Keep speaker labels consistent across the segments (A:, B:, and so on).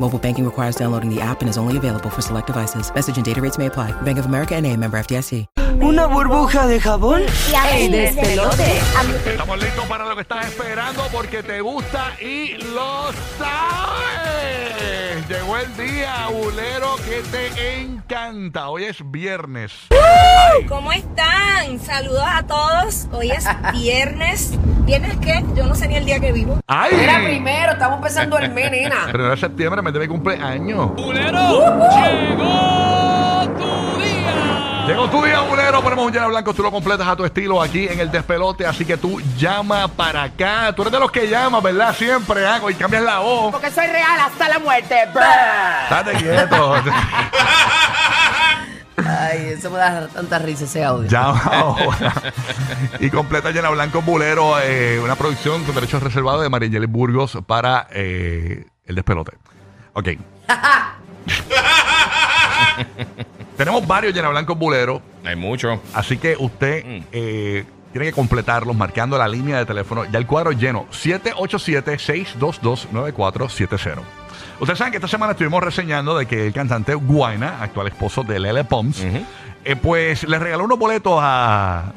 A: Mobile banking requires downloading the app and is only available for select devices. Message and data rates may apply. Bank of America and a member FDIC.
B: ¿Una burbuja de jabón?
C: Y a mí me-
D: Estamos listos para lo que estás esperando porque te gusta y lo sabes. Llegó el día, bulero, que te encanta. Hoy es viernes.
E: ¿Cómo están? Saludos a todos. Hoy es viernes. ¿Viernes qué? Yo no sé ni el día que vivo.
D: ¡Ay!
C: Era primero, estamos empezando el mes, nena.
D: Primero de septiembre, me de mi cumpleaños. Llegó tu día, bulero. Ponemos un lleno blanco. Tú lo completas a tu estilo aquí en el despelote. Así que tú llama para acá. Tú eres de los que llamas, ¿verdad? Siempre hago y cambias la voz.
C: Porque soy real hasta la muerte.
D: Estate quieto.
C: Ay, eso me da tanta risa ese este audio.
D: Llama ahora. y completa Llena Blanco Bulero, eh, una producción con derechos reservados de Marijeles Burgos para eh, el despelote. Ok. Tenemos varios Llena Blanco Bulero,
F: Hay mucho.
D: así que usted eh, tiene que completarlos marcando la línea de teléfono. Ya el cuadro es lleno, 787-622-9470. Ustedes saben que esta semana estuvimos reseñando de que el cantante Guaina, actual esposo de Lele Pons, eh, pues le regaló unos boletos a,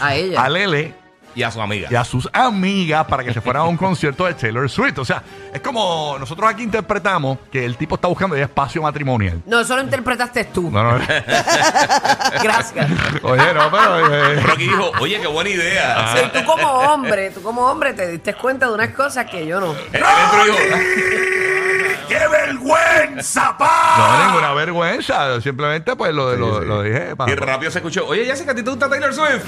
C: A
D: a
C: ella.
D: Lele
F: Y a su amiga.
D: y a sus amigas para que se fueran a un concierto de Taylor Swift. O sea, es como nosotros aquí interpretamos que el tipo está buscando ya espacio matrimonial.
C: No, eso lo interpretaste tú.
D: No, no,
C: Gracias.
D: oye, no, pero... eh,
F: Rocky dijo, oye, qué buena idea.
D: Ah.
C: Sí, tú como hombre, tú como hombre te diste cuenta de unas cosas que yo no.
F: El otro dijo,
D: ¡Qué vergüenza, pa! No, ninguna vergüenza. Simplemente, pues, lo, lo- lo dije. pa-
F: y rápido se escuchó, oye, Jessica, ¿a ti te gusta Taylor Swift?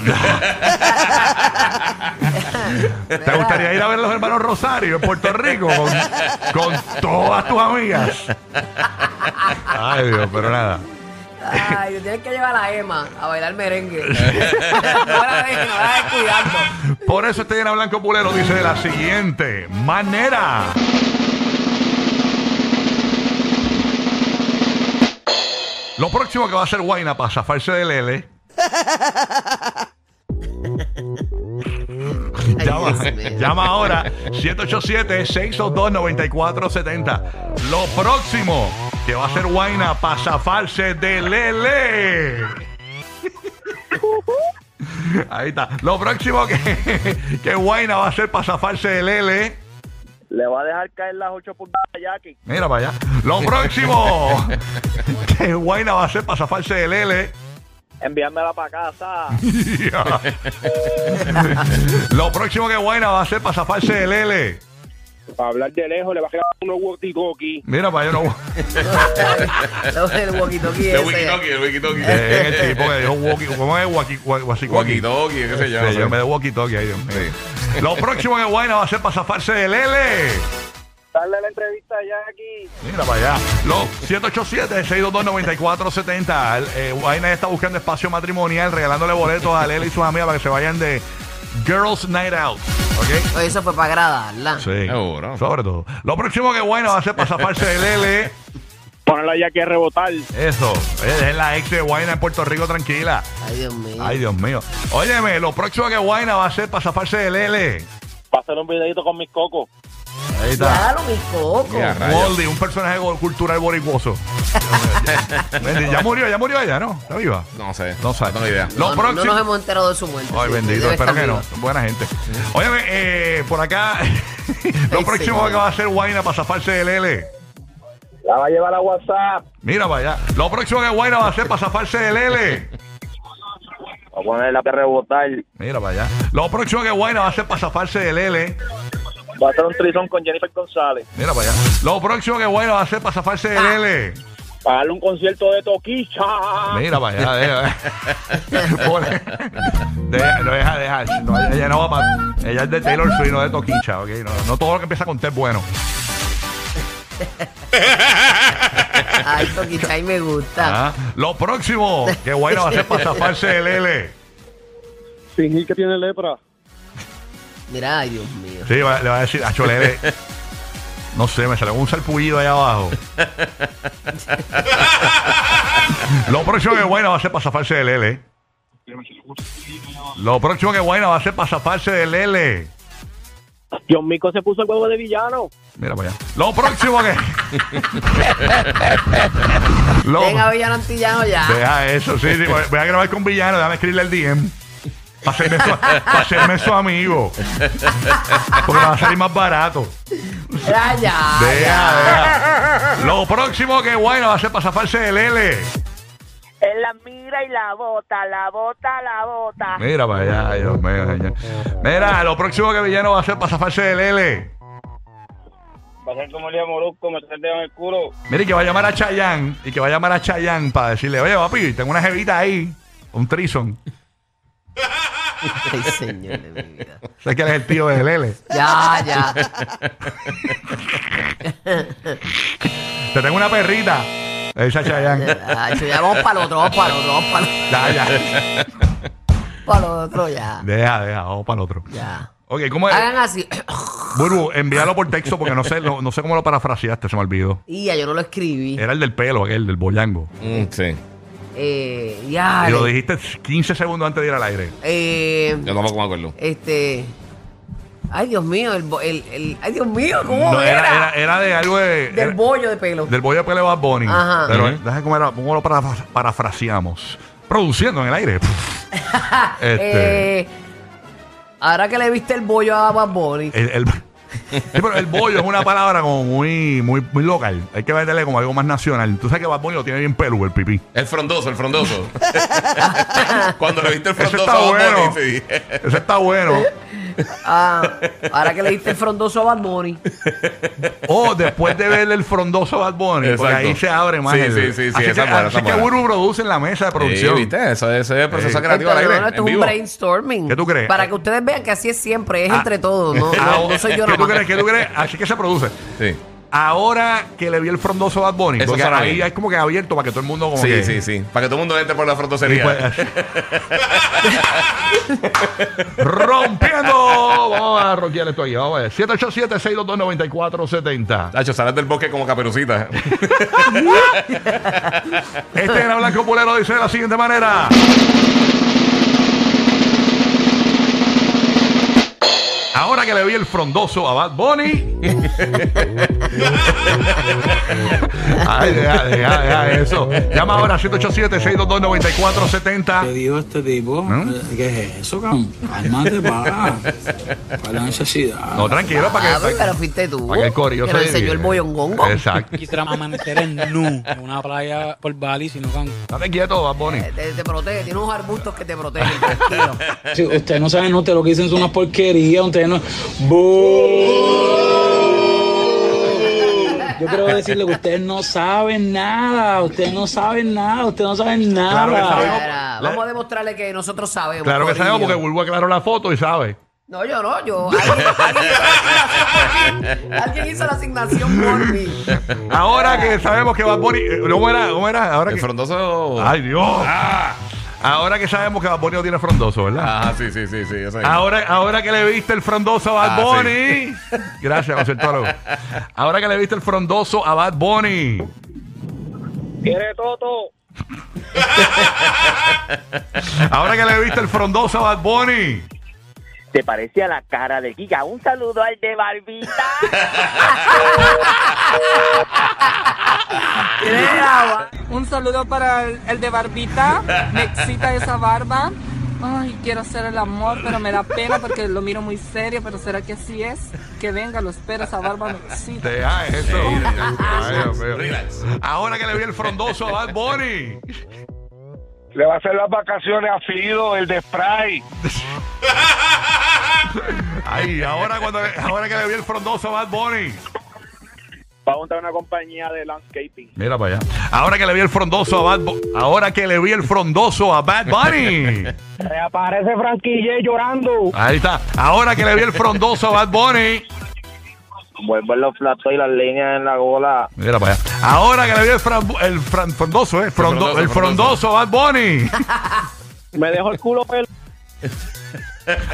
D: ¿Te gustaría ir a ver a los hermanos Rosario en Puerto Rico con, con todas tus amigas? Ay, Dios, pero nada.
C: Ay, tú tienes que llevar a la Emma a bailar merengue. No la dejes, no la dejes cuidando.
D: Por eso este llena blanco pulero dice de la siguiente manera. Lo próximo que va a hacer Guayna para zafarse de Lele. llama,
C: Dios mío.
D: llama ahora 787-622-9470. Lo próximo que va a hacer Guayna para zafarse de Lele. Ahí está. Lo próximo que, que Guayna va a hacer para zafarse ¿eh? de Lele.
G: Le va a dejar caer las ocho puntadas a Jackie.
D: Mira para allá. Lo próximo que Guayna va a hacer para zafarse de Lele.
G: Enviármela para casa.
D: Lo próximo que Guayna va a hacer para zafarse de Lele.
G: Para hablar de lejos, le va a quedar unos walkie-talkie.
D: Mira para allá. No,
C: Lo del walkie-talkie
F: El
C: ese.
F: walkie-talkie, el walkie-talkie.
D: Eh, el tipo que dijo walkie, ¿Cómo es walkie, wa- wasikoki?
F: Walkie-talkie, qué sé yo. no
D: Sí, yo me
F: sé.
D: de walkie talkie ahí, Dios mío. Lo próximo que Guayna va a hacer para zafarse de Lele.
G: Darle la entrevista a Jackie.
D: Mira para allá. Los 787-622-9470. Eh, Guayna está buscando espacio matrimonial, regalándole boletos a Lele y sus amigas para que se vayan de Girls Night Out. ¿Ok?
C: Oye, eso fue para agradarla.
D: Sí.
F: Seguro.
D: Sobre todo. Lo próximo que Guayna va a hacer para zafarse de Lele.
G: Ponerla a Jackie a rebotar.
D: Eso. Eh, Es la ex de Guayna en Puerto Rico, tranquila.
C: Ay, Dios mío.
D: Ay, Dios mío. Óyeme, lo próximo que Guayna va a hacer para zafarse de Lele.
G: Para hacer un videito con mis cocos.
D: Ahí está.
C: Claro, mi coco.
F: Mira, rayos.
D: Moldy, un personaje go- cultural boricuoso. Bendy, ya murió, ya murió ella, ¿no? ¿Está viva?
F: No sé.
D: No sabe.
F: tengo idea.
D: Lo
C: No, no,
D: próximo.
C: nos hemos enterado de su muerte.
D: Ay,
C: sí,
D: bendito,
C: debe
D: espero
C: estar
D: que no.
C: viva.
D: Buena gente. Óyeme, eh, por acá, lo
C: Ay,
D: próximo
C: señor.
D: que va a hacer Guayna para zafarse de Lele.
G: La va a llevar a WhatsApp.
D: Mira para allá. Lo próximo que Guayna va a hacer para zafarse de Lele.
G: Va a ponerla a rebotar.
D: Mira para allá. Lo próximo que Guayna va a hacer para zafarse de Lele.
G: Va a hacer un trisón con Jennifer González.
D: Mira para allá. Lo próximo que Guayna va a hacer para zafarse de Lele.
G: Para darle un concierto de toquicha.
D: Mira para allá. deja, deja. Pobre. Deja, no, deja, deja. No, ella, ella no va para. Ella es de Taylor Swift, no de Toquicha, ¿ok? No, no todo lo que empieza con T es bueno.
C: Ay, Toquichai me gusta.
D: Ah, Lo próximo que Guayna va a hacer para zafarse el L.
G: Fingir que tiene lepra.
C: Mira, ay, Dios mío.
D: Sí, va- le va a decir, a L. No sé, me salió un salpullido ahí abajo. Lo próximo que Guayna va a hacer para zafarse del L. Lo próximo que Guayna va a hacer para zafarse del L.
G: John Mico se puso el huevo de villano.
D: Mira para allá. Lo próximo que. Lo-
C: Venga, Villano Antillano ya.
D: Deja eso, sí, sí. Voy voy a grabar con villano, déjame escribirle el DM. Para hacerme, su, pa' hacerme su amigo. Porque me va a salir más barato.
C: Ya, ya.
D: Deja,
C: ya.
D: deja. Lo próximo que bueno va a ser para zafarse el L.
H: Él la mira y la bota, la bota, la bota.
D: Mira para allá, ay, Dios mío, señor. Mira, lo próximo que villano va a ser para zafarse el L.
G: Va a ser como Lía Molusco, meter el dedo en el culo.
D: Mire, que va a llamar a Chayanne y que va a llamar a Chayanne para decirle, oye, papi, tengo una jevita ahí, un trison.
C: Ay, señor de mi vida.
D: Sé que él es el tío del L.
C: Ya, ya.
D: Te tengo una perrita. Esa Chayanne.
C: Ay, ya vamos para el otro, vamos para el otro, vamos para el
D: Ya, ya.
C: otro, ya.
D: Deja, deja, vamos para el otro.
C: Ya. Ah.
D: Ok, ¿cómo es?
C: Hagan así.
D: Burbu, envíalo por texto porque no sé, no, no sé cómo lo parafraseaste, se me olvidó.
C: Y ya yo no lo escribí.
D: Era el del pelo, aquel, del boyango.
F: Mm, sí.
C: Eh, ya.
D: Y lo dijiste 15 segundos antes de ir al aire.
C: Eh,
F: Yo tampoco me acuerdo.
C: este. Ay, Dios mío, el, bo- el, el- Ay, Dios mío, ¿cómo
D: No,
C: era?
D: era, era, era de algo de.
C: Del
D: era-
C: bollo de pelo.
D: del bollo de pelo de Bad Bunny.
C: Ajá.
D: Pero
F: Ujú.
D: déjame cómo, era- cómo lo paraf- parafraseamos. Produciendo en el aire. este.
C: Eh, ahora que le viste el bollo a Bad Bunny.
D: El, el- Sí, pero el bollo es una palabra como muy, muy, muy local. Hay que venderle como algo más nacional. Tú sabes que Bad Bunny lo tiene bien peludo el pipí.
F: El frondoso, el frondoso. Cuando le viste el
D: Eso
F: frondoso,
D: está
F: a Bad
D: bueno.
F: Bunny, sí.
D: Eso está bueno.
C: Ah, ahora que le diste el frondoso a Bad Bunny.
D: O después de ver el frondoso Bad Bunny, porque
F: Exacto.
D: ahí se abre más.
F: Sí,
D: el-
F: sí, sí, sí,
D: así que,
F: esa es buena,
D: así
F: esa es
D: que
F: buena.
D: Burbu produce en la mesa de
F: Sí,
D: producción.
F: ¿viste? Eso, ese es el proceso
D: Sí.
F: creativo al
C: Esto,
F: aire,
C: no, no,
F: en
C: esto es un
F: vivo.
C: brainstorming.
D: ¿Qué tú crees?
C: Para que ustedes vean que así es siempre, es entre todos. No,
D: Ah,
C: no, no soy yo
D: ¿Qué tú
C: nomás.
D: crees? ¿Qué tú crees? Así que se produce.
F: Sí.
D: Ahora que le vi el frondoso Bad Bunny,
F: Eso
D: porque
F: suena
D: ahí
F: bien.
D: es como que abierto para que todo el mundo como
F: Sí,
D: que-
F: sí, sí. Para que todo el mundo entre por la
D: Y
F: frondosería.
D: pues- Rompiendo. Vamos a roquear esto aquí. Vamos a ver. 787-622-9470.
F: Tacho, sales del bosque como caperucita.
D: Este era Blanco Pulero, dice de la siguiente manera. Ahora que le vi el frondoso a Bad Bunny. Ay, deja, deja, deja eso. Llama ahora al 787-622-9470.
I: Te dijo este tipo, ¿qué es eso, cabrón? Cálmate, para. Para la necesidad.
D: No, tranquilo, para que.
C: Ah,
D: para que-
C: pero fuiste tú.
D: para que el corillo
C: que nos
D: se
C: enseñó el
D: divide.
C: boyongongo.
D: Exacto.
I: Quisiéramos amanecer en nu, en una playa por Bali, sino con...
D: Date quieto, Bad Bunny.
C: Eh, Te, te protege, tiene unos arbustos que te protegen, tranquilo.
I: Si ustedes no saben, no, ustedes lo que dicen es una porquería, ustedes no... ¡Bú! Yo quiero decirle que ustedes no saben nada, ustedes no saben nada, ustedes no saben nada.
D: Claro que sabemos.
C: Mira, vamos a demostrarle que nosotros sabemos.
D: Claro que
C: corillo.
D: sabemos porque Bulbo aclaró la foto y sabe.
C: No, yo no, yo. Alguien, alguien hizo la asignación por mí. Alguien hizo la asignación por mí.
D: Ahora que sabemos que Bad Bunny. eh, ¿Cómo era? ¿Cómo era? Ahora
F: El
D: que.
F: frondoso.
D: ¡Ay, Dios!
C: Ah,
D: Ahora que sabemos que Bad Bunny no tiene frondoso, ¿verdad?
F: Ajá, sí, sí, sí, Ah, sí. Eso es.
D: Ahora, ahora que le viste el frondoso a Bad
F: Ah,
D: Bunny. Gracias, concertólogo. Ahora que le viste el frondoso a Bad Bunny.
G: Quiere Toto.
D: Ahora que le viste el frondoso a Bad Bunny.
H: ¿Te parece a la cara de Giga? Un saludo al de Barbita.
J: Un saludo para el, el de barbita. Me excita esa barba. Ay, quiero hacer el amor, pero me da pena porque lo miro muy serio, pero ¿será que así es? Que venga, lo espero, esa barba me excita.
D: Te ah, eso. Ay, Dios mío.
F: Relax.
D: Ahora que le vi el frondoso a Bad Bunny.
G: Le va a hacer las vacaciones a Fido, el de Spray.
D: Ay, ahora, cuando, ahora que le vi el frondoso a Bad Bunny.
G: Va a montar una compañía de landscaping.
D: Mira para allá. Ahora que le vi el frondoso a Bad Bunny. Ahora que le vi el frondoso a Bad Bunny.
G: Reaparece Frankie J llorando.
D: Ahí está. Ahora que le vi el frondoso a Bad Bunny.
H: Vuelven los platos y las líneas en la gola.
D: Mira para allá. Ahora que le dio el, frambu- el fran- frondoso, ¿eh? Frondo-
F: frondoso,
D: el frondoso, Bad Bunny.
H: Me dejó el culo pelo.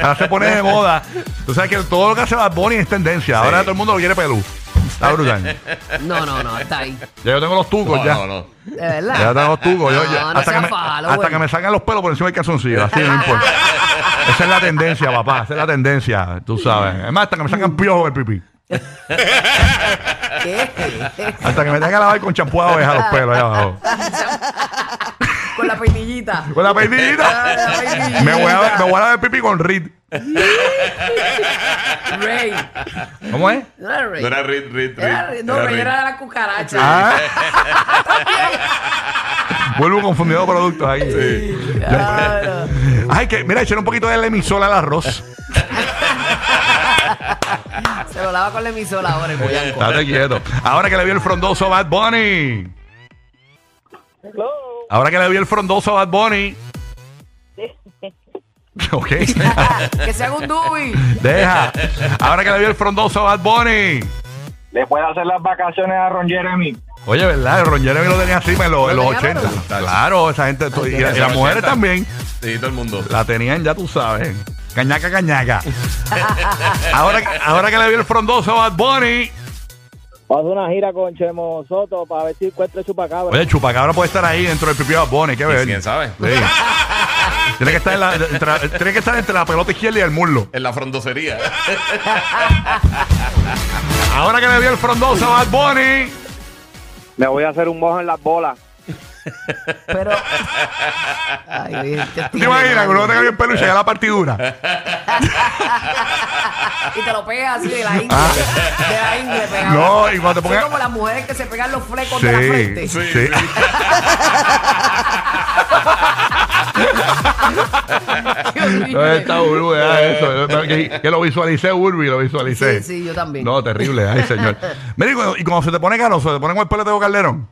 D: Ahora se pone de moda. Tú sabes que todo lo que hace Bad Bunny es tendencia. Ahora todo el mundo lo quiere pelú. Está brutal.
C: No, no, no, está ahí.
D: Ya yo tengo los tucos,
F: No,
D: Pues ya.
F: no, no.
C: De
D: Ya
C: verdad.
D: tengo los tucos. yo-
C: No,
D: ya-
C: no
D: hasta, que
C: seas
D: me,
C: palo,
D: hasta
C: güey.
D: que me salgan los pelos por encima del calzoncillo. Así no importa. Esa es la tendencia, papá. Esa es la tendencia. Tú sabes. Es más, hasta que me sacan piojos del pipí.
C: ¿Qué?
D: Hasta que me tengan que lavar con champú de abeja los pelos allá abajo.
C: Con la peinillita.
D: Con la peinillita. Me voy a ver, me voy a lavar el pipí con Reed.
C: Rey.
D: ¿Cómo es?
C: No era Rey.
F: No era Reed, Reed,
C: Era
F: Reed.
C: Rey. No,
F: Era
C: Rey
F: Reed.
C: era la cucaracha.
D: Ah. Vuelvo confundido de productos ahí.
C: Claro.
D: Ay, que mira, echar un poquito de la emisora al arroz.
C: Se lo lava con la emisora ahora el boyanco.
D: Estate quieto. Ahora que le vio el frondoso a Bad Bunny. Ahora que le vio el frondoso a Bad Bunny. Ok.
C: que se haga un dubi.
D: Deja. Ahora que le vio el frondoso a Bad Bunny.
G: Le puede hacer las vacaciones a Ron Jeremy.
D: Oye, ¿verdad? El Ron Jeremy lo tenía encima en los, en los
C: Lo tenía
D: 80. Claro, esa gente. Y, y
F: En
D: las
F: los
D: mujeres
F: 80.
D: también.
F: Sí, todo el mundo.
D: La tenían, ya tú sabes. Cañaca, cañaca. ahora, ahora que le vio el frondoso a Bad Bunny.
H: Vamos a una gira con Chemo Soto para ver si encuentra chupacabra.
D: Oye, Chupacabra puede estar ahí dentro del pipí de Bad Bunny, qué
F: ¿Quién
D: bebé.
F: quién sabe?
D: tiene, que estar en la, entre, tiene que estar entre la pelota izquierda y el muslo.
F: En la frondosería.
D: Ahora que le vio el frondoso a Bad Bunny.
H: Me voy a hacer un mojo en las bolas.
C: Pero. Ay, oye, te
D: ¿Te imaginas que uno tenga bien pelo y se haga la partidura?
C: Y te lo pegas así de la ingle. De la ingle pegado.
D: Ah. No, y cuando te
C: Son
D: pongas-
C: como las mujeres que se pegan los flecos de la
D: Sí,
C: frente.
D: sí.
F: Sí,
C: Dios mío.
D: No, está Urbi, ah, eso. Que, que lo visualicé, Urbi, lo visualicé.
C: Sí, sí, yo también.
D: No, terrible, ay, señor. Mira, y cuando, y cuando se te pone caro, se te pone con el pelo de Teo Calderón.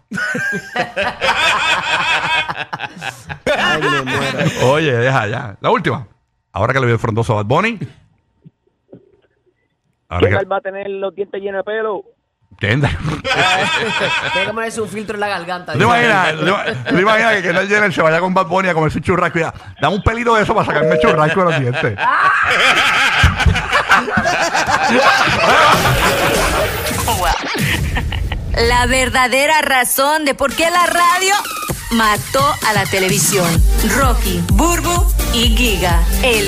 D: Oye, deja ya. La última. Ahora que le vio el frondoso a Bad Bunny. Ahora que.
H: va a tener los dientes llenos de pelo?
D: Kendall.
C: Tiene que ponerse un filtro en la garganta.
D: ¿Tú te imaginas? ¿Tú te- tú te imaginas que Kendall Jenner se vaya con Bad Bunny a comerse un churrasco y ya, dame un pelito de eso para sacarme el churrasco de los dientes?
E: La verdadera razón de por qué la radio mató a la televisión. Rocky, Burbu y Giga. El